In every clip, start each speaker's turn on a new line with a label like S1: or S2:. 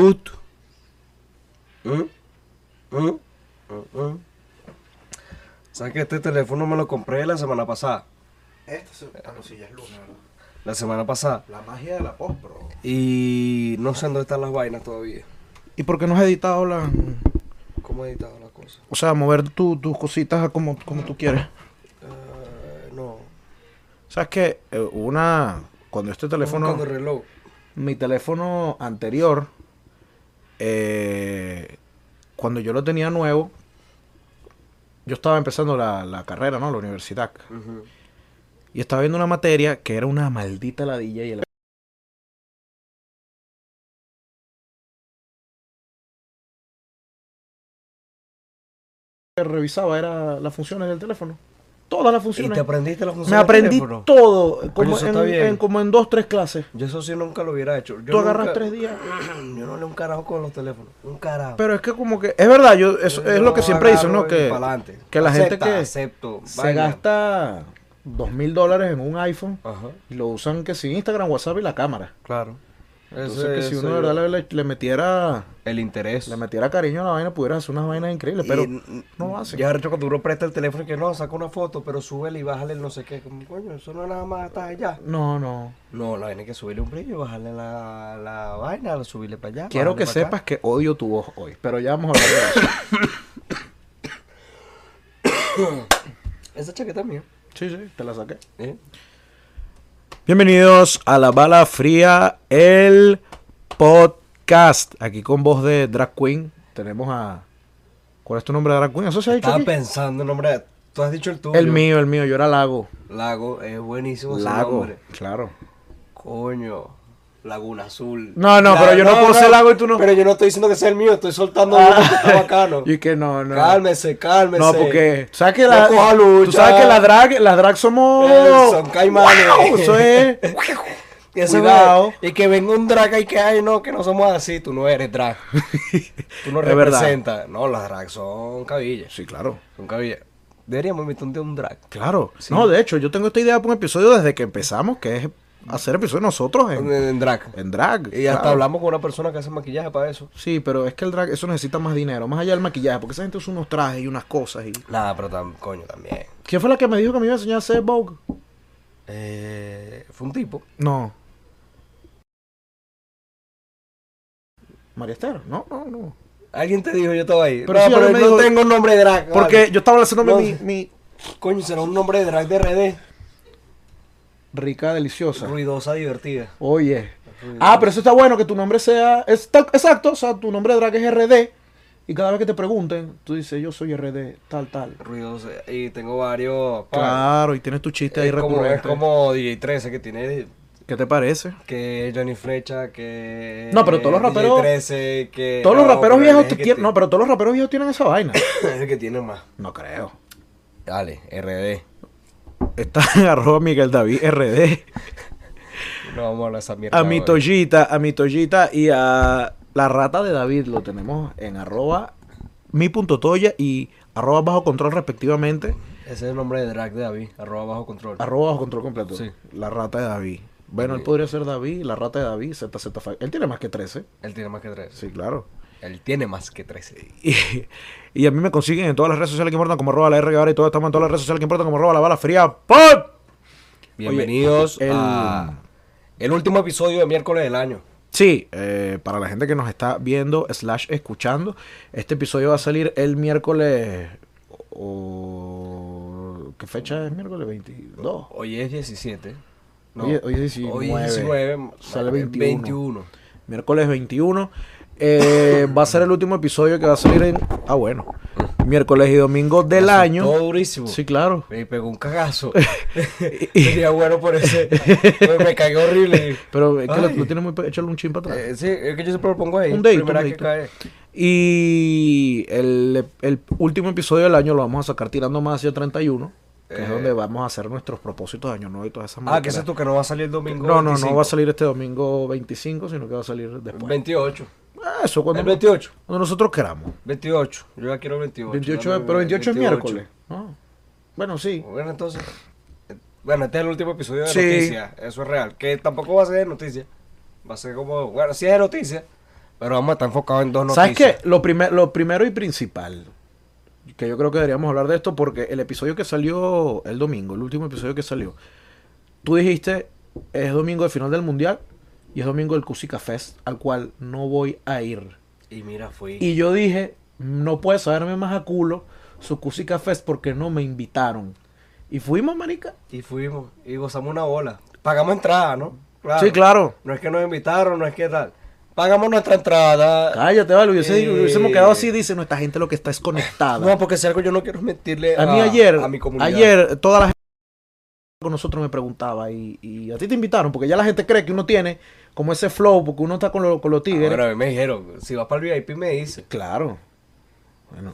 S1: ut. Mm, mm, mm, mm. ¿Sabes que este teléfono me lo compré la semana pasada?
S2: Esta se... Ah, no, sí, ya es lunes, ¿verdad?
S1: La semana pasada.
S2: La magia de la postpro.
S1: Y no sé en dónde están las vainas todavía.
S3: ¿Y por qué no has editado la...
S1: ¿Cómo he editado la cosa?
S3: O sea, mover tu- tus cositas a como, como tú quieres?
S1: Eh, no.
S3: ¿Sabes qué? Eh, Una... Cuando este teléfono...
S1: Buscando reloj.
S3: Mi teléfono anterior... eh, cuando yo lo tenía nuevo... Yo estaba empezando la, la carrera, ¿no? La universidad.
S1: Ujú.
S3: Y estaba viendo una materia que era una maldita ladilla y el... que revisaba era las funciones del teléfono. Todas las
S1: ¿Y
S3: funciones.
S1: te aprendiste las
S3: Me
S1: funciones del
S3: aprendí
S1: teléfono?
S3: todo, como
S1: eso está
S3: en,
S1: bien.
S3: en- como en dos, tres clases.
S1: Yo eso sí nunca lo hubiera hecho. Yo
S3: Tú agarras
S1: nunca- Ah.
S3: tres días.
S1: Yo no leo un carajo con los teléfonos. Un carajo.
S3: Pero es que como que... Es verdad, yo es,
S1: Yo
S3: es lo que siempre dicen, ¿no?
S1: agarro y
S3: Que,
S1: pa'lante.
S3: que la gente
S1: Acepta,
S3: que
S1: acepto,
S3: se
S1: vaina.
S3: gasta dos mil dólares en un iPhone
S1: Ajá,
S3: y lo usan que si Instagram, WhatsApp y la cámara.
S1: claro.
S3: Entonces
S1: Ese-
S3: que si
S1: ese
S3: uno de
S1: yo-
S3: verdad le, le metiera...
S1: el interés.
S3: le metiera cariño a la vaina, pudiera hacer unas vainas increíbles,
S1: Y
S3: pero
S1: n-
S3: no lo hace.
S1: Ya arrecho cuando uno presta el teléfono y que no, saca una foto, pero súbele y bájale el no sé qué. Como, coño, eso no es nada más hasta allá.
S3: No, no.
S1: No, la vaina es que subirle un brillo, bajarle la, la vaina, subirle para allá.
S3: Quiero que
S1: bajarle para acá.
S3: sepas que odio tu voz hoy, pero ya vamos a hablar de eso.
S1: Esa chaqueta es mía.
S3: sí, sí, te la saqué.
S1: ¿eh?
S3: Bienvenidos a La Bala Fría, el podcast. Aquí con voz de Drag Queen tenemos a... ¿Cuál es tu nombre de Drag Queen? Eso se ha dicho
S1: Estaba
S3: aquí?
S1: pensando, no, hombre. Tú has dicho el tuyo.
S3: El mío, el mío, yo era Lago.
S1: Lago, es buenísimo ese
S3: Lago,
S1: nombre.
S3: claro.
S1: Coño. Laguna Azul.
S3: No, no, pero yo no puedo ser Lago y tú no. Ah.
S1: Pero yo no estoy diciendo que sea el mío, estoy soltando uno que está bacano.
S3: Y que no, no.
S1: Cálmese, cálmese.
S3: No, porque ¿sabes que la,
S1: No coja lucha.
S3: tú sabes que la drag, las drag somos
S1: Eh, son caimanes.
S3: ¡Wow! Eso es.
S1: Y eso
S3: Cuidado.
S1: es- y que venga un drag y que, ay, no, que no somos así, tú no eres drag. Tú no
S3: Es verdad.
S1: representas. No, las drag son cabillas.
S3: sí, claro.
S1: Son cabillas. Deberíamos invitar un día un drag.
S3: Claro. No, de hecho, yo tengo esta idea para un episodio desde que empezamos, que es hacer episodios nosotros
S1: En,
S3: en,
S1: en drag.
S3: en drag.
S1: Y hasta
S3: claro.
S1: hablamos con una persona que hace maquillaje para eso.
S3: Sí, pero es que el drag, eso necesita más dinero, más allá del maquillaje, porque esa gente usa unos trajes y unas cosas. Y...
S1: Nada, pero tam- coño, también.
S3: ¿Quién fue la que me dijo que me iba a enseñar a hacer Vogue?
S1: Eh, fue un tipo.
S3: No. María Esther, no, no, no.
S1: Alguien te dijo, yo estaba ahí.
S3: Pero
S1: no,
S3: sí,
S1: pero
S3: alguien
S1: no
S3: me dijo-
S1: tengo nombre de drag.
S3: Porque
S1: vale.
S3: yo estaba lanzándome
S1: No.
S3: mi, mi
S1: Coño, será un nombre de drag de RD.
S3: rica deliciosa.
S1: Ruidosa, divertida.
S3: Oye. Ah, pero eso está bueno, que tu nombre sea... está- exacto, o sea, tu nombre de drag es RD. Y cada vez que te pregunten, tú dices, yo soy RD, tal, tal.
S1: Ruidosa. Y tengo varios. pa,
S3: Claro, y tienes tu chiste ahí
S1: es, como, es
S3: recurrente.
S1: como DJ 13 que tiene.
S3: ¿Qué te parece?
S1: Que Johnny Flecha, que.
S3: No, pero todos los
S1: DJ
S3: raperos-
S1: 13, que.
S3: Todos los
S1: Eh, no, pero
S3: raperos
S1: él
S3: viejos
S1: es
S3: te
S1: el que
S3: tienen... No, pero todos los raperos viejos tienen esa vaina.
S1: tiene- Es el que tiene más.
S3: No creo.
S1: Dale, RD.
S3: Está en arroba Miguel David RD.
S1: No vamos a hablar de esa mierda.
S3: A mi
S1: hoy.
S3: Toyita, a mi Toyita y a la rata de David lo tenemos en arroba mi punto toya y arroba bajo control respectivamente.
S1: Ese es el nombre de drag de David. Arroba bajo control.
S3: Arroba bajo control completo.
S1: Sí.
S3: La rata de David. Bueno, él podría ser David, la rata de David, ZZ. Fa- Él tiene más que 13.
S1: Él tiene más que 13.
S3: Sí, claro.
S1: Él tiene más que 13.
S3: Y, y a mí me consiguen en todas las redes sociales que importan como arroba la R ahora y todos estamos en todas las redes sociales que importan como arroba la bala fría. ¡Pop!
S1: Bienvenidos
S3: el-
S1: a. El último episodio de miércoles del año.
S3: Sí, eh, para la gente que nos está viendo, slash escuchando, este episodio va a salir el miércoles... o- ¿Qué fecha es miércoles? 22.
S1: Hoy es 17.
S3: Hoy es- hoy es 19.
S1: Hoy es 19.
S3: Sale
S1: es
S3: 21.
S1: 21.
S3: miércoles 21. Eh, va a ser el último episodio que va a salir en. Ah, bueno. Miércoles y domingo del
S1: Me
S3: año.
S1: asustó durísimo.
S3: Sí, claro.
S1: Me pegó un cagazo. Sería bueno por ese. Me, me cagué horrible.
S3: Pero es que lo,
S1: Ay.
S3: lo tiene muy. pe- Échale un chin para atrás.
S1: Eh, sí, es que yo siempre lo pongo ahí.
S3: un dedito. un
S1: Primera que
S3: dedito.
S1: cae.
S3: Y el, el último episodio del año lo vamos a sacar tirando más hacia 31. Que es
S1: Eh.
S3: donde vamos a hacer nuestros propósitos de año nuevo y todas esas
S1: Ah, que
S3: mariqueras.
S1: ese es tú que no va a salir el domingo.
S3: No, no, no
S1: 25.
S3: va a salir este domingo 25, sino que va a salir después.
S1: 28.
S3: Ah, Eso cuando,
S1: El 28.
S3: cuando nosotros queramos.
S1: 28. Yo ya quiero 28.
S3: 28,
S1: Dame
S3: pero 28, es miércoles. ¿no? Bueno, sí.
S1: Bueno, entonces. eh, Bueno, este es el último episodio de
S3: Sí.
S1: noticias. Eso es real. Que tampoco va a ser de noticias. Va a ser como. Bueno, sí es de noticias. Pero vamos a estar enfocados en dos
S3: ¿Sabes
S1: noticias.
S3: qué? Lo, primer- lo primero y principal, que yo creo que deberíamos hablar de esto, porque el episodio que salió el domingo, el último episodio que salió, tú dijiste, es domingo de final del Mundial y es domingo del Cusica Fest, al cual no voy a ir.
S1: Y mira, fui.
S3: Y yo dije, no puede saberme más a culo su Cusica Fest porque no me invitaron. Y fuimos, marica.
S1: Y fuimos y gozamos una bola. Pagamos entrada, ¿no?
S3: Sí, claro.
S1: No es que nos invitaron, no es que tal. Pagamos nuestra entrada.
S3: Cállate, vale, hubiese-
S1: Eh.
S3: hubiésemos quedado así, dice, nuestra gente lo que está es conectada.
S1: No, porque si algo yo no quiero es mentirle
S3: A mí ayer,
S1: a mi comunidad.
S3: ayer toda la gente con nosotros me preguntaba y, y a ti te invitaron porque ya la gente cree que uno tiene como ese flow porque uno está con, lo- con los tigres.
S1: Ahora a mí me dijeron, si vas para el VIP me dices.
S3: Claro. Bueno,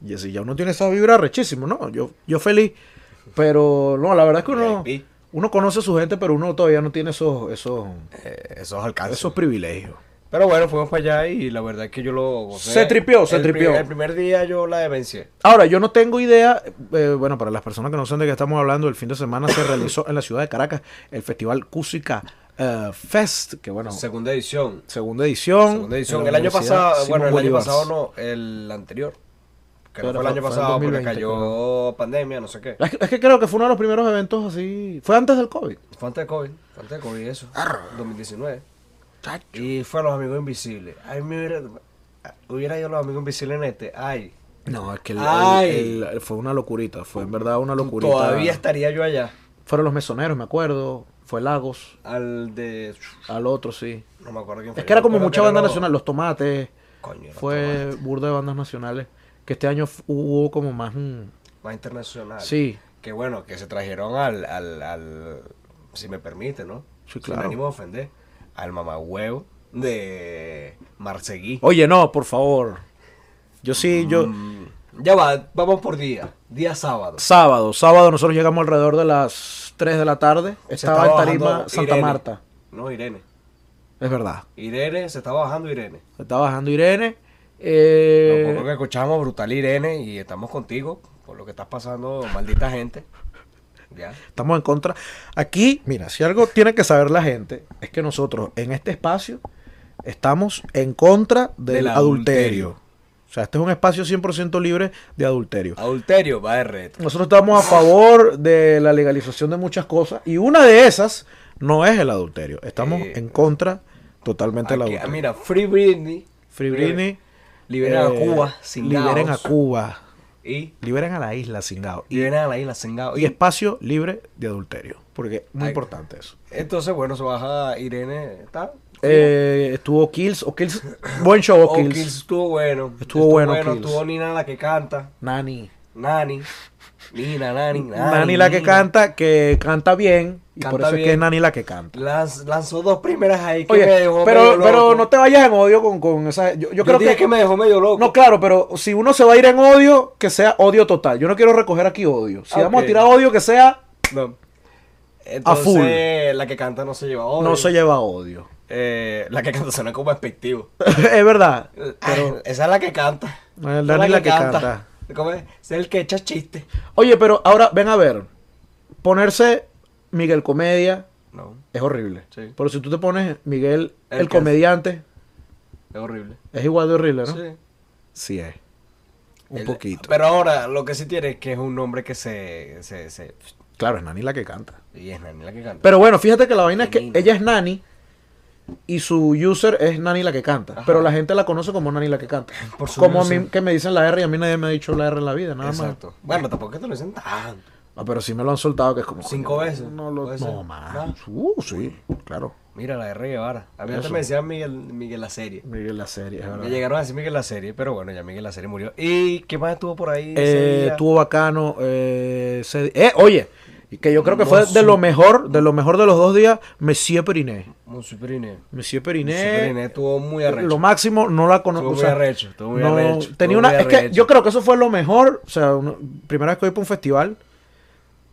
S3: y si ya uno tiene esa vibra rechísimo, ¿no? Yo, yo feliz, pero no, la verdad es que uno,
S1: VIP.
S3: uno conoce a su gente, pero uno todavía no tiene esos, esos,
S1: Eh, esos alcances.
S3: esos privilegios.
S1: Pero bueno, fuimos para allá y la verdad es que yo lo gocé.
S3: Se tripió, se
S1: El pri-
S3: tripió.
S1: El primer día yo la vencié.
S3: Ahora, yo no tengo idea, eh, bueno, para las personas que no saben de qué estamos hablando, el fin de semana se realizó en la ciudad de Caracas el Festival Cusica eh, Fest, que bueno,
S1: Segunda edición.
S3: segunda edición.
S1: Segunda edición.
S3: en la
S1: El año
S3: Universidad
S1: pasado,
S3: Simón
S1: bueno, el año
S3: Bolívar.
S1: pasado no, el anterior. Que no
S3: Pero
S1: fue el año
S3: fue en
S1: pasado
S3: 2020,
S1: porque cayó pandemia, no sé qué.
S3: Es que, es que creo que fue uno de los primeros eventos así, fue antes del COVID.
S1: Fue antes de COVID, fue antes de COVID eso. 2019. Y fue a los amigos invisibles. Ay, me hubiera, hubiera ido a los amigos invisibles en este. Ay,
S3: No, es que el-
S1: Ay.
S3: el- el- fue una locurita, fue en verdad una locurita.
S1: todavía estaría yo allá.
S3: Fueron los mesoneros, me acuerdo, fue Lagos,
S1: Al de.
S3: al otro sí.
S1: No me acuerdo quién fue.
S3: Es que era
S1: Yo
S3: como
S1: creo
S3: mucha
S1: que
S3: banda
S1: era-
S3: nacional, los tomates,
S1: Coño, era otro
S3: fue burda de bandas nacionales, que este año f- hubo como más... mm,
S1: más- Más internacional.
S3: sí.
S1: Que bueno, que se trajeron al, al, al si me permite, ¿no?
S3: Sí,
S1: Sin
S3: claro.
S1: ánimo de ofender, al mamagüevo de Marseguí.
S3: Oye, no, por favor. Yo sí, yo.
S1: Mm, Ya va, vamos por día, día sábado.
S3: Sábado, sábado nosotros llegamos alrededor de las 3 de la tarde.
S1: Se
S3: Estaba en
S1: bajando
S3: Tarima, Santa
S1: Irene.
S3: Marta.
S1: No, Irene.
S3: Es verdad.
S1: Irene, se estaba bajando Irene.
S3: Se Estaba bajando Irene. eh,
S1: Lo poco que escuchamos, brutal Irene, y estamos contigo por lo que estás pasando, maldita gente. Ya.
S3: estamos en contra. Aquí, mira, si algo tiene que saber la gente, es que nosotros en este espacio estamos en contra del,
S1: Del
S3: adulterio.
S1: adulterio.
S3: O sea, este es un espacio 100% libre de adulterio.
S1: Adulterio, va de retro.
S3: Nosotros estamos a favor de la legalización de muchas cosas y una de esas no es el adulterio. Estamos
S1: Eh,
S3: en contra totalmente del
S1: Aquí, ah,
S3: adulterio.
S1: mira, Free Britney.
S3: Free Britney,
S1: Liberen
S3: eh,
S1: a Cuba, sin
S3: Liberen
S1: dados.
S3: a Cuba.
S1: Y
S3: Liberen a la isla sin gao. Y,
S1: liberen a la isla Sengao.
S3: y espacio libre de adulterio. Porque muy
S1: Ay.
S3: importante eso.
S1: Entonces, bueno, se baja Irene, ¿está?
S3: Eh, estuvo Kills. O Kills. Buen show,
S1: Oh,
S3: Kills.
S1: Kills estuvo bueno.
S3: Estuvo bueno, Kills.
S1: Estuvo Nina la que canta.
S3: Nani.
S1: Nani. Nina, Nani, Nani.
S3: Nani, la que
S1: Nina.
S3: canta, que canta bien. Y por
S1: Canta
S3: eso es que
S1: bien.
S3: es Nani la que canta.
S1: Lanz- lanzó dos primeras ahí que
S3: Oye,
S1: me dejó
S3: pero,
S1: medio loco.
S3: pero no te vayas en odio con, con esa. Yo, yo
S1: Yo
S3: creo
S1: dije
S3: que,
S1: que me dejó medio loco.
S3: No, claro, pero si uno se va a ir en odio, que sea odio total. Yo no quiero recoger aquí odio. Si
S1: Ah,
S3: vamos a
S1: ok.
S3: tirar odio, que sea
S1: No. Entonces,
S3: full.
S1: la que canta no se lleva odio.
S3: no se lleva odio.
S1: Eh, la que canta suena como despectivo.
S3: es verdad.
S1: Pero esa es la que canta.
S3: No, el
S1: Esa
S3: Dani
S1: es
S3: la que canta.
S1: ¿Cómo es? Es el que echa chiste.
S3: Oye, pero ahora ven a ver. Ponerse Miguel Comedia
S1: No,
S3: es horrible.
S1: Sí.
S3: Pero si tú te pones Miguel el,
S1: El que-
S3: comediante,
S1: es horrible.
S3: es igual de horrible, ¿no?
S1: Sí.
S3: Sí es. Un
S1: El-
S3: poquito.
S1: Pero ahora, lo que sí tiene es que es un nombre que se. se, se
S3: Claro, es Nani la que canta.
S1: y es Nani la que canta.
S3: Pero bueno, fíjate que la vaina es que
S1: Nina.
S3: ella es Nani y su user es Nani la que canta.
S1: Ajá.
S3: Pero la gente la conoce como Nani la que canta.
S1: Por su
S3: como a
S1: user.
S3: mí que me dicen la R y a mí nadie me ha dicho la R en la vida, nada
S1: Exacto. Bueno, tampoco es que te lo dicen tanto.
S3: más. Ah, pero sí me lo han soltado que es como...
S1: Cinco
S3: coño,
S1: veces,
S3: No, lo,
S1: puede ser.
S3: no man.
S1: Ah.
S3: Uh, sí, claro.
S1: Mira, la de Rey Guevara. A mí antes
S3: Eso.
S1: me decían Miguel, Miguel la serie.
S3: Miguel la serie, es verdad.
S1: Me llegaron a decir Miguel la serie, pero bueno, ya Miguel la serie murió. ¿Y qué más estuvo por ahí? ese
S3: Eh,
S1: día?
S3: estuvo bacano. Eh, ese- eh, oye, y que yo creo que
S1: No
S3: fue de
S1: sé.
S3: lo mejor, de lo mejor de los dos días, Monsieur Periné.
S1: Monsi Periné. Monsi
S3: Monsieur
S1: Periné
S3: Periné.
S1: estuvo muy arrecho.
S3: Lo máximo, no la conozco.
S1: Estuvo muy
S3: o sea,
S1: arrecho. Estuvo muy
S3: no,
S1: arrecho. estuvo
S3: tenía
S1: muy
S3: una, es que
S1: arrecho.
S3: yo creo que eso fue lo mejor, o sea, uno- primera vez que voy para un festival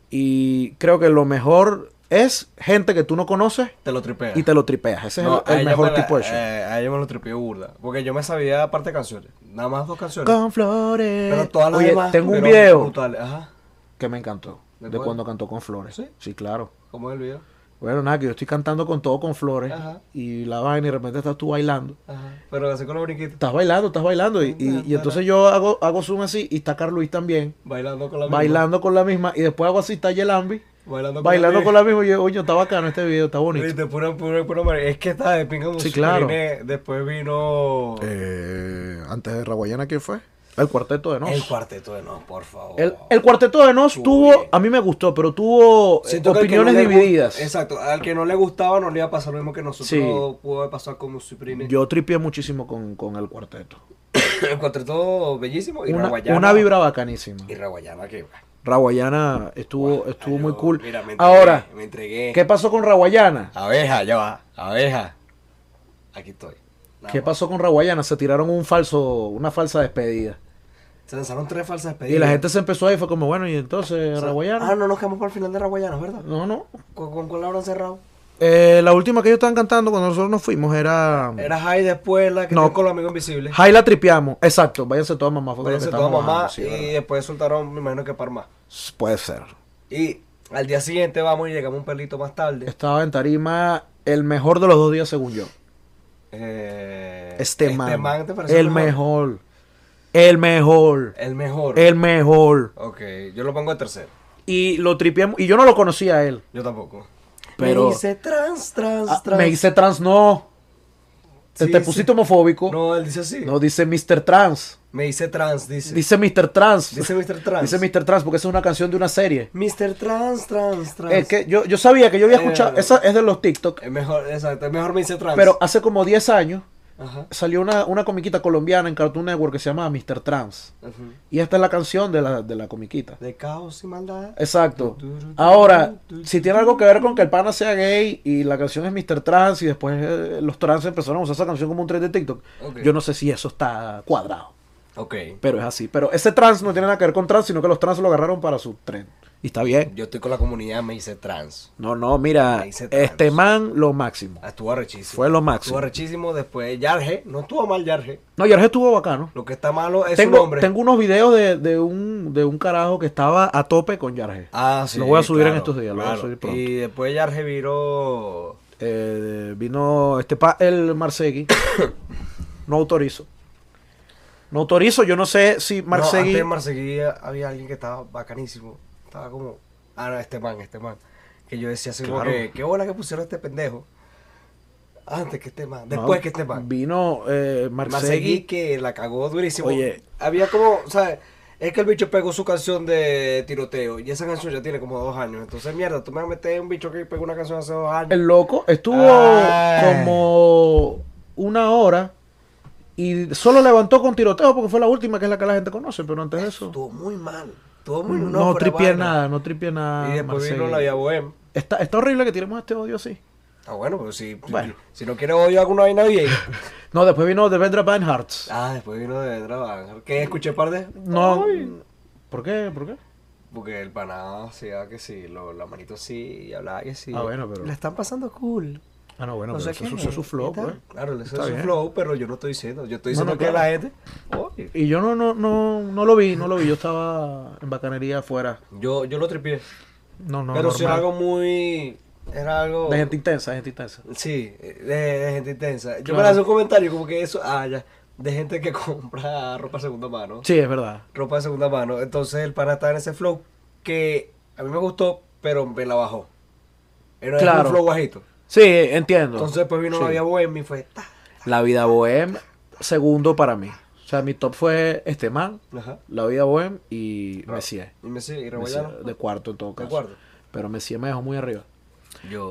S3: y creo que lo mejor es gente que tú no conoces
S1: Te lo tripea.
S3: y te lo tripeas. Ese
S1: No,
S3: es el-
S1: a
S3: el
S1: ella
S3: mejor
S1: me la-
S3: tipo de show.
S1: eh, a ella me lo tripeó burda. Porque yo me sabía aparte de canciones. Nada más dos canciones.
S3: Con flores.
S1: Pero todas las
S3: Oye,
S1: demás
S3: tengo un
S1: pero
S3: video
S1: brutales. Ajá.
S3: que me encantó
S1: ¿De
S3: de
S1: cuál?
S3: cuando cantó con flores.
S1: ¿Sí?
S3: Sí, claro.
S1: ¿Cómo es el video?
S3: Bueno, nada, que yo estoy cantando con todo con flores
S1: Ajá.
S3: y la vaina y de repente estás tú bailando.
S1: Ajá. Pero así con los brinquitos.
S3: Estás bailando, estás bailando. Y, y- y entonces yo hago, hago zoom así y está Carluis también,
S1: Bailando con la misma.
S3: bailando con la misma. Y después hago así, está Yelambi,
S1: Bailando con
S3: bailando
S1: la
S3: con
S1: misma.
S3: la misma. Y yo, oye, está bacano este video, está bonito.
S1: Viste, pura- pura- pura mar- Es que está de pinga
S3: Sí,
S1: Mussolini,
S3: claro.
S1: Después vino
S3: Eh, antes de Raguayana, ¿quién fue? El cuarteto de Nos.
S1: el
S3: El,
S1: cuarteto de no, por favor.
S3: el cuarteto de Nos
S1: Muy
S3: tuvo,
S1: bien.
S3: a mí me gustó, pero tuvo eh,
S1: Siento que al que
S3: opiniones
S1: no le gu-
S3: divididas.
S1: Exacto. Al que no le gustaba no le iba a pasar lo mismo que nosotros
S3: Sí.
S1: pudo haber pasado con Mussolini.
S3: Yo tripié muchísimo con, con el cuarteto.
S1: el cuarteto bellísimo. Y
S3: Una,
S1: Raguayana.
S3: una vibra bacanísima.
S1: Y Raguayana que va.
S3: Raguayana estuvo, estuvo
S1: Ay,
S3: muy
S1: yo-
S3: cool.
S1: mira, me entregué,
S3: Ahora,
S1: Me entregué.
S3: ¿qué pasó con Raguayana?
S1: Abeja, ya va. Abeja. Aquí estoy. Nada
S3: ¿Qué
S1: más.
S3: pasó con Raguayana? Se tiraron un falso, una falsa despedida.
S1: Se lanzaron tres falsas
S3: Y
S1: despedidas.
S3: la gente se empezó ahí, fue como, bueno, y entonces,
S1: O sea,
S3: Raguayana.
S1: Ah, no nos quedamos para el final de Raguayana, ¿verdad?
S3: No, no.
S1: ¿Con, con cuál la habrán cerrado?
S3: Eh, la última que ellos estaban cantando cuando nosotros nos fuimos era.
S1: Era Jai después la que
S3: Mm. No.
S1: no. con los amigos invisibles.
S3: Jai la tripeamos. Exacto, váyanse todas mamá. fue con lo que
S1: Váyanse toda
S3: estábamos
S1: mamá
S3: bajando, sí,
S1: y
S3: ¿verdad?
S1: después soltaron, me imagino que Parma.
S3: S- Puede ser.
S1: Y al día siguiente vamos y llegamos un perrito más tarde.
S3: Estaba en Tarima el mejor de los dos días, según yo.
S1: Eh,
S3: Este man.
S1: ¿te pareció
S3: el mejor. El mejor.
S1: El mejor.
S3: El mejor.
S1: Ok, yo lo pongo de tercero.
S3: Y lo tripiamos. Y yo no lo conocía a él.
S1: Yo tampoco.
S3: Pero-
S1: Me hice trans,
S3: Ah,
S1: trans, trans.
S3: me dice trans, no. Te,
S1: Sí,
S3: te
S1: sí.
S3: pusiste homofóbico. No.
S1: No, él dice así.
S3: dice Mr. Trans.
S1: Me hice trans, dice. Dice,
S3: Dice Mr. Trans.
S1: Mr. Trans.
S3: Dice Mr. Trans porque esa es una canción de una serie.
S1: Mr. Trans, trans, trans.
S3: Es que yo, yo sabía que yo había
S1: Eh,
S3: escuchado. Esa es de los TikTok.
S1: Es mejor, exacto, es mejor me hice trans.
S3: Pero hace como 10 años
S1: Ajá.
S3: salió una, una comiquita colombiana en Cartoon Network que se llama Mr. Trans.
S1: ujú.
S3: Y esta es la canción de la, de la comiquita.
S1: De caos y maldad.
S3: Exacto. Ahora, si tiene algo que ver con que el pana sea gay y la canción es Mr. Trans y después eh, los trans empezaron a usar esa canción como un tren de TikTok,
S1: Ok.
S3: yo no sé si eso está cuadrado,
S1: Ok.
S3: pero es así. Pero ese trans no tiene nada que ver con trans, sino que los trans lo agarraron para su tren. Y está bien.
S1: Yo estoy con la comunidad, me hice trans.
S3: No, no, mira,
S1: Ahí se trans.
S3: este man lo máximo.
S1: Estuvo arrechísimo.
S3: Fue lo
S1: Estuvo
S3: máximo.
S1: arrechísimo después. Yarge, no estuvo mal Yarge.
S3: No, Jorge estuvo bacano.
S1: Lo que está malo es su
S3: Tengo,
S1: nombre.
S3: tengo unos videos de, de un, de un carajo que estaba a tope con Yarge.
S1: Ah, sí.
S3: Lo voy a subir
S1: claro,
S3: en estos días, lo voy a
S1: claro.
S3: subir pronto.
S1: Y después Yarge viró.
S3: Eh, vino este pa el Marsegui. no autorizo. No autorizo, yo no sé si
S1: No,
S3: Marsegui.
S1: antes de Marseguí había alguien que estaba bacanísimo. Estaba como. Ah, no, este man, este man. Que yo decía así como
S3: Claro.
S1: que. Qué bola que pusieron a este pendejo. Antes que este man.
S3: no,
S1: Después que este man.
S3: Vino eh,
S1: Marseguí
S3: Marsegui.
S1: que la cagó durísimo.
S3: Oye.
S1: Había como. O sea, es que el bicho pegó su canción de tiroteo. Y esa canción ya tiene como dos años. Entonces, mierda, tú me metes un bicho que pegó una canción hace dos años.
S3: El loco estuvo
S1: Ay.
S3: como una hora y solo levantó con tiroteo porque fue la última que es la que la gente conoce, pero antes de eso. Mm,
S1: Estuvo muy mal. Estuvo muy
S3: No,
S1: fuera de
S3: tripié
S1: vaina.
S3: nada, no tripié nada.
S1: Y después vino
S3: Marsegui.
S1: la Vía Bohem.
S3: está, está horrible que tiremos este odio así.
S1: Ah, bueno, pero si, si-
S3: Bueno.
S1: si, no quiere odio alguna vaina bien.
S3: No, después vino Devendra Banharts.
S1: ah, después vino de trabajar. ¿Qué escuché par de?
S3: No.
S1: Ay,
S3: ¿Por qué? ¿Por qué?
S1: Porque el panado hacía que sí, lo- la manito sí, y hablaba que sí.
S3: Ah, bueno, pero-
S1: La están pasando cool.
S3: Ah, no, bueno,
S1: No
S3: pero
S1: sé
S3: eso,
S1: qué,
S3: es- eso es su flow,
S1: y tal.
S3: pues.
S1: Claro, eso
S3: Está
S1: es su
S3: bien.
S1: flow, pero yo no estoy diciendo. Yo estoy
S3: No,
S1: diciendo
S3: no,
S1: que la
S3: claro.
S1: gente. Oye,
S3: Y yo no, no, no, no lo vi, no lo vi. Yo estaba en bacanería afuera.
S1: yo, yo lo tripié.
S3: No, no,
S1: pero si era
S3: normal.
S1: algo muy. Era algo.
S3: De gente intensa, de gente intensa.
S1: Sí, de, de gente intensa. Yo me
S3: Claro.
S1: lancé un comentario como que eso, ah, ya, de gente que compra ropa de segunda mano.
S3: Sí, es verdad.
S1: Ropa de segunda mano. Entonces el pana estaba en ese flow que a mí me gustó, pero me la bajó. Era era
S3: Claro.
S1: un flow bajito.
S3: Sí, entiendo.
S1: Entonces después vino
S3: Sí.
S1: la vía bohemia y fue, ta.
S3: La vida bohem, segundo para mí. O sea, mi top fue este man,
S1: Ajá.
S3: la vida bohem y Messier.
S1: Y me sigue, y
S3: Messier,
S1: Rebollar.
S3: de cuarto en todo caso.
S1: cuarto.
S3: Pero Messier me dejó muy arriba.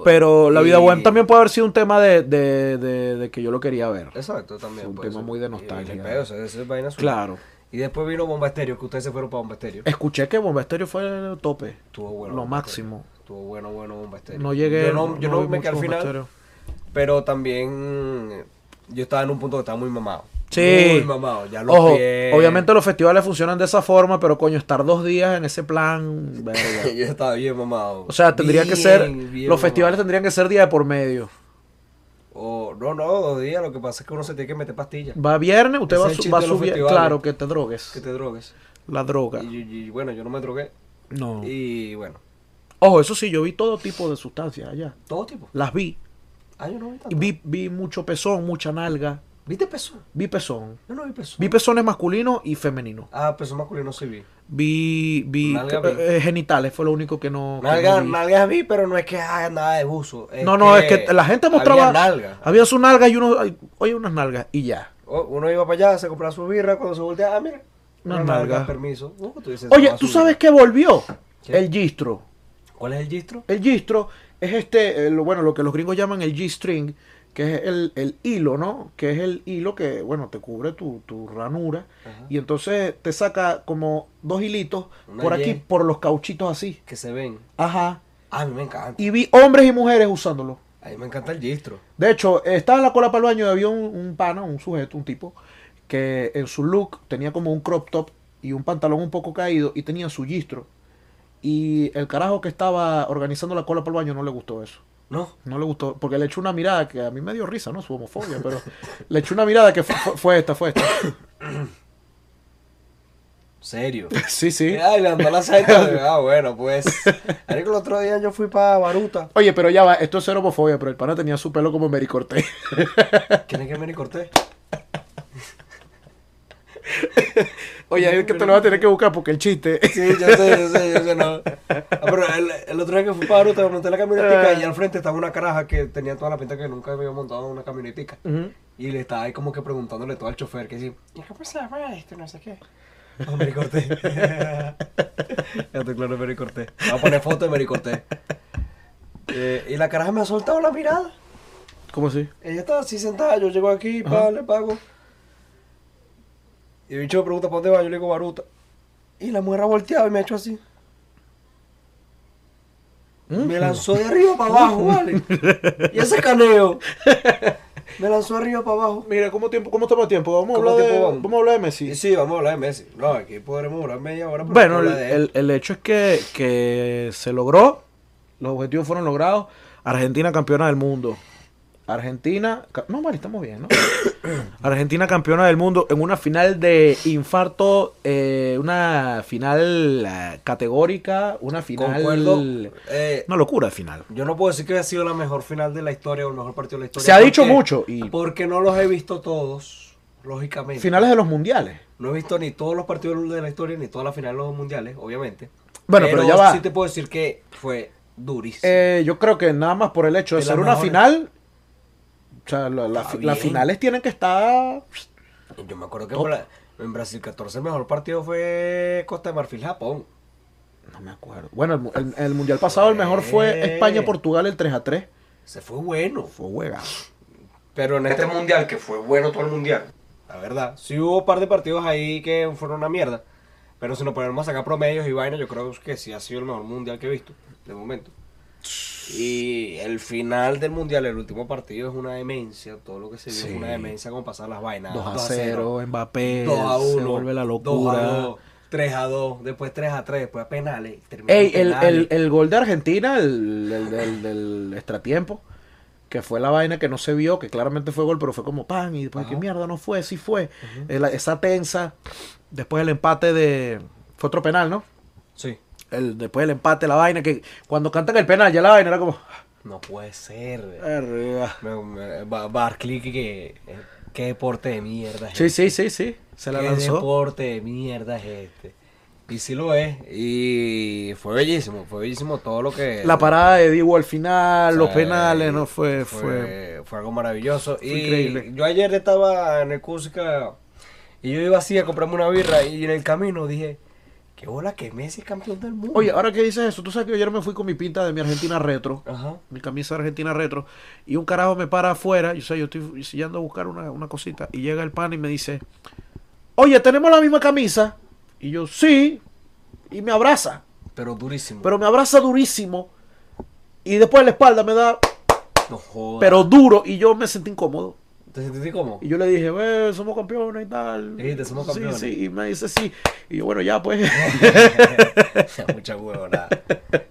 S3: Pero la vida bohem también puede haber sido un tema de, de, de- de que yo lo quería ver.
S1: Exacto, también.
S3: Fue un
S1: puede
S3: tema
S1: ser.
S3: muy de
S1: Y- y
S3: nostalgia.
S1: el pedo, o sea, esa es vaina suya.
S3: Claro.
S1: Y después vino Bomba Estéreo, que ustedes se fueron para Bomba Estéreo.
S3: Escuché que Bomba Estéreo fue el tope.
S1: Estuvo bueno.
S3: Lo
S1: Bomba
S3: máximo.
S1: Estéreo. Estuvo bueno, bueno Bomba Estéreo.
S3: No llegué.
S1: Yo no, yo no,
S3: vi
S1: me quedé al
S3: mucho Bomba
S1: final.
S3: Estéreo.
S1: Pero también eh, yo estaba en un punto que estaba muy mamado.
S3: Sí.
S1: Muy mamado. Ya los
S3: Ojo,
S1: pies-
S3: obviamente los festivales funcionan de esa forma, pero coño, estar dos días en ese plan. verga.
S1: yo estaba bien mamado.
S3: O sea, tendría que
S1: Bien,
S3: ser.
S1: bien
S3: los festivales
S1: mamado.
S3: tendrían que ser día de por medio.
S1: O- no, no, dos días. Lo que pasa es que uno se tiene que meter pastillas.
S3: Va viernes, usted
S1: Ese
S3: va,
S1: es el
S3: su-
S1: chiste
S3: va
S1: de los
S3: subir.
S1: festivales.
S3: Claro, que te
S1: Que
S3: drogues.
S1: te drogues.
S3: La droga.
S1: Y, y- y bueno, yo no me drogué.
S3: No.
S1: Y bueno.
S3: Ojo, eso sí, yo vi todo tipo de sustancias allá.
S1: Todo tipo.
S3: Las vi.
S1: Ah, yo no vi
S3: Y
S1: tanto.
S3: Vi, vi mucho pezón, mucha nalga.
S1: ¿Viste peso?
S3: Vi pezón.
S1: Yo no vi peso.
S3: Vi pezones masculinos y femeninos.
S1: Ah, peso masculino sí vi.
S3: Vi, vi
S1: Nalga
S3: eh,
S1: vi.
S3: eh, genitales, fue lo único que no. que
S1: Nalgas
S3: no vi.
S1: nalgas vi, pero no es que haga nada de buzo.
S3: No, no, es que la gente mostraba.
S1: Había nalgas.
S3: Había su nalga y uno. ay, Oye, unas nalgas y ya.
S1: O- Oh, Uno iba para allá, se compraba su birra, cuando se volteaba, ah, mira.
S3: Una
S1: Una nalga.
S3: nalga.
S1: Permiso. Uh, tú dices,
S3: Oye,
S1: toma
S3: ¿tú
S1: su
S3: sabes qué volvió?
S1: ¿Qué?
S3: El gistro.
S1: birra. ¿Cuál es el gistro?
S3: El gistro es este, eh, lo- bueno, lo que los gringos llaman el G-string, que es el, el hilo, ¿no? Que es el hilo que, bueno, te cubre tu, tu ranura.
S1: Ajá.
S3: Y entonces te saca como dos hilitos
S1: Una
S3: por
S1: Y.
S3: aquí, por los cauchitos así.
S1: Que se ven.
S3: Ajá.
S1: Ah, a mí me encanta.
S3: Y vi hombres y mujeres usándolo.
S1: A mí me encanta el gistro.
S3: De hecho, estaba en la cola para el baño y había un, un pana, un sujeto, un tipo, que en su look tenía como un crop top y un pantalón un poco caído y tenía su gistro. Y el carajo que estaba organizando la cola para el baño no le gustó eso.
S1: No.
S3: No le gustó, porque le echó una mirada que a mí me dio risa, ¿no? Su homofobia, pero le echó una mirada que fu- fu- fue, esta, fue esta.
S1: Serio.
S3: Sí, sí.
S1: Ay, le andó la saeta. Ah, bueno, pues. Ahora que el otro día yo fui para Baruta.
S3: Oye, pero ya va, esto es ser homofobia, pero el pana tenía su pelo como Mary Cortés.
S1: ¿Quién es que me corté?
S3: Oye, es que te lo vas a tener que buscar porque el chiste.
S1: Sí, yo sé, yo sé, yo sé, no. Ah, pero el, el otro día que fui para Baruta, me monté en la camionetica y al frente estaba una caraja que tenía toda la pinta que nunca había montado en una camionetica.
S3: Ujú.
S1: Y le estaba ahí como que preguntándole todo al chofer, que decía, ¿y qué pasa esto? No sé qué. Ah, Mary Cortés. ya estoy claro, es Mary Cortés. Voy a poner foto de Mary Cortés. Eh, y la caraja me ha soltado la mirada.
S3: ¿Cómo así?
S1: Ella estaba así sentada, yo llego aquí,
S3: Ajá.
S1: pa, le pago. Y el bicho me pregunta, ¿para dónde va? Yo le digo, Baruta. Y la mujer ha volteado y me ha hecho así. Me lanzó de arriba para abajo, ¿vale? Y ese caneo. Me lanzó arriba para abajo.
S3: Mira, ¿cómo, tiempo, cómo estamos de tiempo? Vamos a,
S1: ¿Cómo
S3: hablar de,
S1: tiempo vamos?
S3: vamos a hablar de Messi.
S1: Sí, sí, vamos a hablar de Messi. No, aquí podremos durar media hora. pero
S3: Bueno, el,
S1: hablar de él.
S3: el- el hecho es que, que se logró, los objetivos fueron logrados. Argentina campeona del mundo. Argentina, ca- no, vale, estamos bien, ¿no? Argentina campeona del mundo en una final de infarto, eh, una final eh, categórica, una final.
S1: Concuerdo, eh,
S3: Una locura de final.
S1: Yo no puedo decir que haya sido la mejor final de la historia o el mejor partido de la historia.
S3: Se ha
S1: ¿Por
S3: dicho
S1: qué?
S3: mucho y-
S1: Porque no los he visto todos, lógicamente.
S3: Finales de los mundiales.
S1: No he visto ni todos los partidos de la historia, ni todas las finales de los mundiales, obviamente.
S3: Bueno, pero ya va.
S1: Sí te puedo decir que fue durísimo.
S3: Eh, yo creo que nada más por el hecho de,
S1: De
S3: ser
S1: las
S3: una
S1: mejores.
S3: final. O sea, la- la-
S1: Está
S3: fi- las
S1: bien.
S3: finales tienen que estar.
S1: Yo me acuerdo que
S3: top.
S1: para- en Brasil 14 el mejor partido fue Costa de Marfil, Japón.
S3: No me acuerdo. Bueno, el mu- el, el mundial pasado el mejor fue
S1: Fue.
S3: España-Portugal el 3 a 3.
S1: Se fue bueno.
S3: Fue huega.
S1: Pero en este mundial, que fue bueno todo el mundial. La verdad, sí hubo un par de partidos ahí que fueron una mierda. Pero si nos ponemos a sacar promedios y vainas, yo creo que sí ha sido el mejor mundial que he visto, de momento. Y el final del mundial, el último partido, es una demencia. Todo lo que se vio
S3: Sí.
S1: es una demencia como pasar las vainas.
S3: 2 a 0, Mbappé.
S1: 2 a 1.
S3: Eh, Se vuelve la
S1: 2 a
S3: locura.
S1: 2, 3 a 2, después 3 a 3, después a penales. termina en
S3: Ey, el,
S1: penales.
S3: el- el gol de Argentina, el, el- del- del extratiempo, que fue la vaina que no se vio, que claramente fue gol, pero fue como pan. Y después,
S1: Ajá.
S3: ¿qué mierda no fue? Sí fue. Eh, la- esa tensa. Después el empate de. Fue otro penal, ¿no?
S1: Sí.
S3: El, después el empate, la vaina, que cuando cantan el penal, ya la vaina era como.
S1: No puede ser.
S3: "Verga".
S1: Me, me- Ba- Barclay, que, que- qué deporte de mierda es
S3: Sí,
S1: este.
S3: sí, sí, sí. Se la
S1: qué
S3: lanzó.
S1: deporte de mierda es este. Y sí lo es. Y fue bellísimo, fue bellísimo todo lo que...
S3: La parada de Divo al final, los
S1: o sea,
S3: penales, eh, no fue, fue.
S1: fue, fue algo maravilloso. y
S3: increíble.
S1: yo ayer estaba en el Cusca y yo iba así a comprarme una birra y en el camino dije, qué bola que Messi es campeón del mundo.
S3: Oye, ahora que dices eso, tú sabes que ayer me fui con mi pinta de mi Argentina retro,
S1: Ajá.
S3: mi camisa de Argentina retro, y un carajo me para afuera, yo sé, yo estoy yendo a buscar una, una cosita, y llega el pan y me dice, oye, tenemos la misma camisa, y yo, sí, y me abraza,
S1: Pero durísimo.
S3: pero me abraza durísimo, y después la espalda me da,
S1: no jodas.
S3: pero duro, y yo me sentí incómodo.
S1: ¿Te sentiste cómo?
S3: Y yo le dije, "Ve, somos campeones y tal.
S1: Dijiste, "Somos campeones".
S3: Sí, sí, y me dice, sí. Y yo, bueno, ya pues.
S1: Mucha huevonada.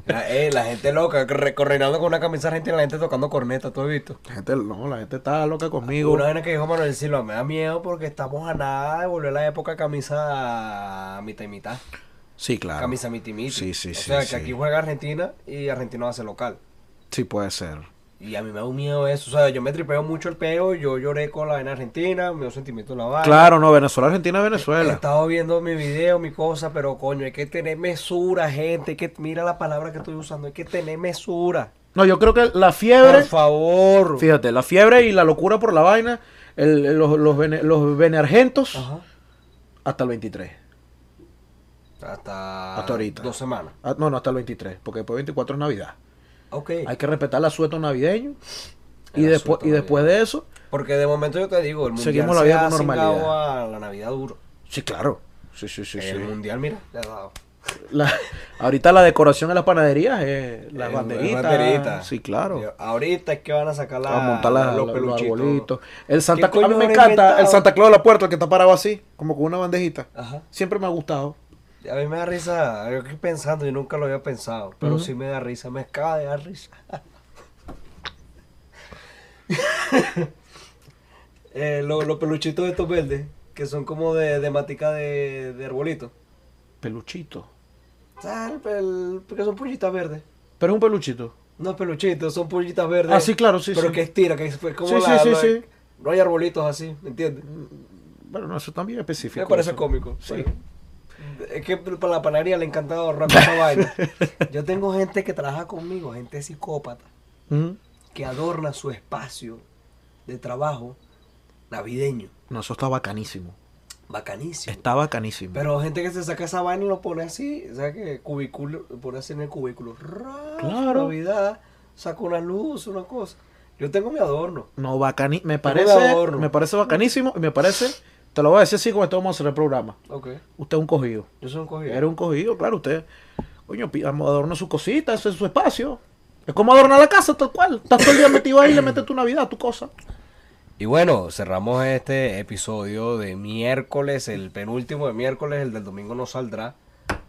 S1: La, eh, la gente loca, recorriendo con una camisa argentina, la gente tocando corneta, ¿tú has visto?
S3: La gente, no, la gente está loca conmigo.
S1: Una vaina que dijo Manuel Silva, me da miedo porque estamos a nada de volver a la época de camisa a mitad y mitad.
S3: Sí, claro.
S1: Camisa mitimiti.
S3: Sí, sí,
S1: o
S3: sí,
S1: sea, que
S3: sí.
S1: aquí juega Argentina y Argentina va a ser local.
S3: Sí, puede ser.
S1: Y a mí me da un miedo eso. O sea, yo me tripeo mucho el peo. Yo lloré con la vaina argentina. Me dio sentimiento la vaina.
S3: Claro, no, Venezuela, Argentina,
S1: He
S3: Venezuela.
S1: estado viendo mi video, mi cosa, pero coño, hay que tener mesura, gente. Hay que, mira la palabra que estoy usando. Hay que tener mesura.
S3: No, yo creo que la
S1: Por
S3: fiebre.
S1: favor.
S3: Fíjate, la fiebre y la locura por la vaina. el- los, los, vene- los veneargentos
S1: Ajá.
S3: hasta el 23.
S1: Hasta,
S3: Hasta ahorita.
S1: dos semanas.
S3: Ah, no, no, hasta el 23, porque después 24 es Navidad.
S1: Ok.
S3: Hay que respetar el asueto navideño. Y,
S1: El
S3: después,
S1: asueto
S3: y después de eso,
S1: Porque de momento yo te digo, el mundial
S3: Seguimos la
S1: se
S3: vida
S1: ha
S3: con normalidad.
S1: cingado a la Navidad duro.
S3: sí, claro. Sí, sí, sí.
S1: el
S3: sí.
S1: mundial, mira, le ha dado.
S3: La- ahorita la decoración en las panaderías es las
S1: Eh,
S3: banderitas.
S1: banderitas.
S3: Sí, claro.
S1: Yo- Ahorita es que van a sacar la-
S3: a montar la-
S1: los
S3: la- los
S1: peluchitos.
S3: arbolitos. El Santa
S1: ¿Qué
S3: Claus, a mí
S1: coño
S3: me
S1: habrá
S3: encanta el
S1: inventado?
S3: Santa Claus de la puerta, el que está parado así, como con una bandejita.
S1: Ajá.
S3: Siempre me ha gustado.
S1: A mí me da risa, yo estoy pensando, yo nunca lo había pensado, pero sí me da risa, me acaba de dar risa. Eh, lo- los peluchitos estos verdes, que son como de, de matica de, de arbolito.
S3: Peluchito.
S1: Ah, el- el- Porque son pullitas verdes.
S3: Pero es un peluchito.
S1: No es peluchito, son pullitas verdes.
S3: Ah, sí, claro, sí,
S1: Pero
S3: sí.
S1: que estira, que es pues, como
S3: Sí, sí,
S1: la-
S3: sí,
S1: la-
S3: sí.
S1: No hay arbolitos así, ¿me entiendes?
S3: Bueno, no, eso también es específico.
S1: Me parece
S3: eso.
S1: cómico.
S3: Sí.
S1: bueno. Es que para la panadería le encanta ahorrar esa vaina. Yo tengo gente que trabaja conmigo, gente psicópata,
S3: Ujú.
S1: que adorna su espacio de trabajo navideño.
S3: No, eso está bacanísimo.
S1: Bacanísimo.
S3: Está bacanísimo.
S1: Pero gente que se saca esa vaina y lo pone así, o sea que cubículo, lo pone así en el cubículo. Ra,
S3: Claro.
S1: Navidad, saca una luz, una cosa. Yo tengo mi adorno.
S3: No, bacani me
S1: me
S3: parece,
S1: ahorro.
S3: me parece bacanísimo y me parece, te lo voy a decir así como esto vamos a hacer el programa.
S1: Ok.
S3: Usted es un cogido.
S1: Yo soy un cogido.
S3: Era un cogido, claro, usted, coño, pi- adorna sus cositas, ese es su espacio. Es como adornar la casa, tal cual. Estás todo el día metido ahí y le metes tu Navidad, tu cosa.
S1: Y bueno, cerramos este episodio de miércoles, el penúltimo de miércoles, el del domingo no saldrá.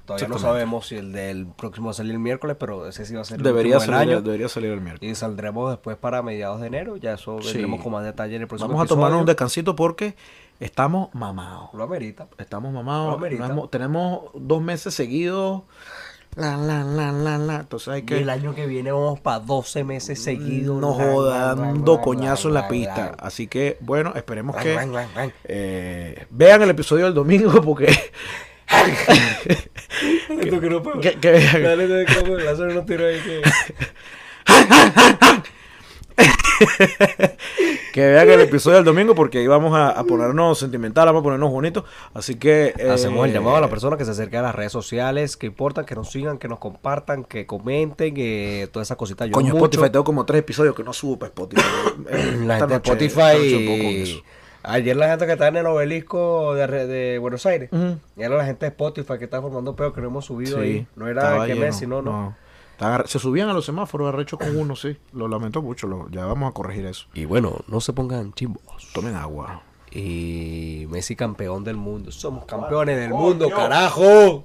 S1: Todavía no
S3: Exactamente.
S1: sabemos si el del próximo va a salir el miércoles, pero ese sí va a ser el
S3: Debería
S1: último del
S3: salir,
S1: año.
S3: debería salir el miércoles.
S1: Y saldremos después para mediados de enero, ya eso
S3: Sí.
S1: veremos con más detalle en el próximo
S3: Vamos a tomarnos un
S1: episodio.
S3: descansito porque estamos mamados.
S1: Lo amerita.
S3: Estamos
S1: No
S3: mamados.
S1: amerita.
S3: no hemos- tenemos dos meses seguidos. La, la, la, la, la. Entonces hay
S1: Y
S3: que...
S1: el año que viene vamos para 12 meses seguidos.
S3: no
S1: Ran, ran, ran,
S3: jodando
S1: ran,
S3: coñazo en
S1: ran,
S3: la pista.
S1: ran.
S3: Así que, bueno, esperemos
S1: Ran,
S3: que
S1: ran, ran, ran.
S3: eh, vean el episodio del domingo porque
S1: Esto que no puedo.
S3: que- que vean.
S1: Dale, dale, como, lázame unos tiros ahí que-
S3: que vean el episodio del domingo porque ahí vamos a, a ponernos sentimentales, vamos a ponernos bonitos. Así que eh,
S1: Hacemos el llamado a la persona que se acerque a las redes sociales, que importan, que nos sigan, que nos compartan, que comenten, eh, que todas esas cositas. ayudan
S3: Coño,
S1: mucho.
S3: Spotify, tengo como tres episodios que no subo para Spotify. Eh,
S1: La
S3: Esta
S1: gente de
S3: noche- esta noche un poco en
S1: Spotify.
S3: eso.
S1: Ayer la gente que está en el obelisco de, re- de Buenos Aires.
S3: Ujú.
S1: Y era la gente de Spotify que está formando peor que no hemos subido
S3: Mm. Sí,
S1: ahí. No era
S3: estaba
S1: que
S3: lleno,
S1: Messi, no, no.
S3: Estaban agar- Se subían a los semáforos arrecho con uno, sí. Lo lamento mucho, lo- ya vamos a corregir eso.
S1: Y bueno, no se pongan chimbos.
S3: Tomen agua.
S1: Y Messi campeón del mundo. Somos campeones del
S2: Coño.
S1: mundo, carajo.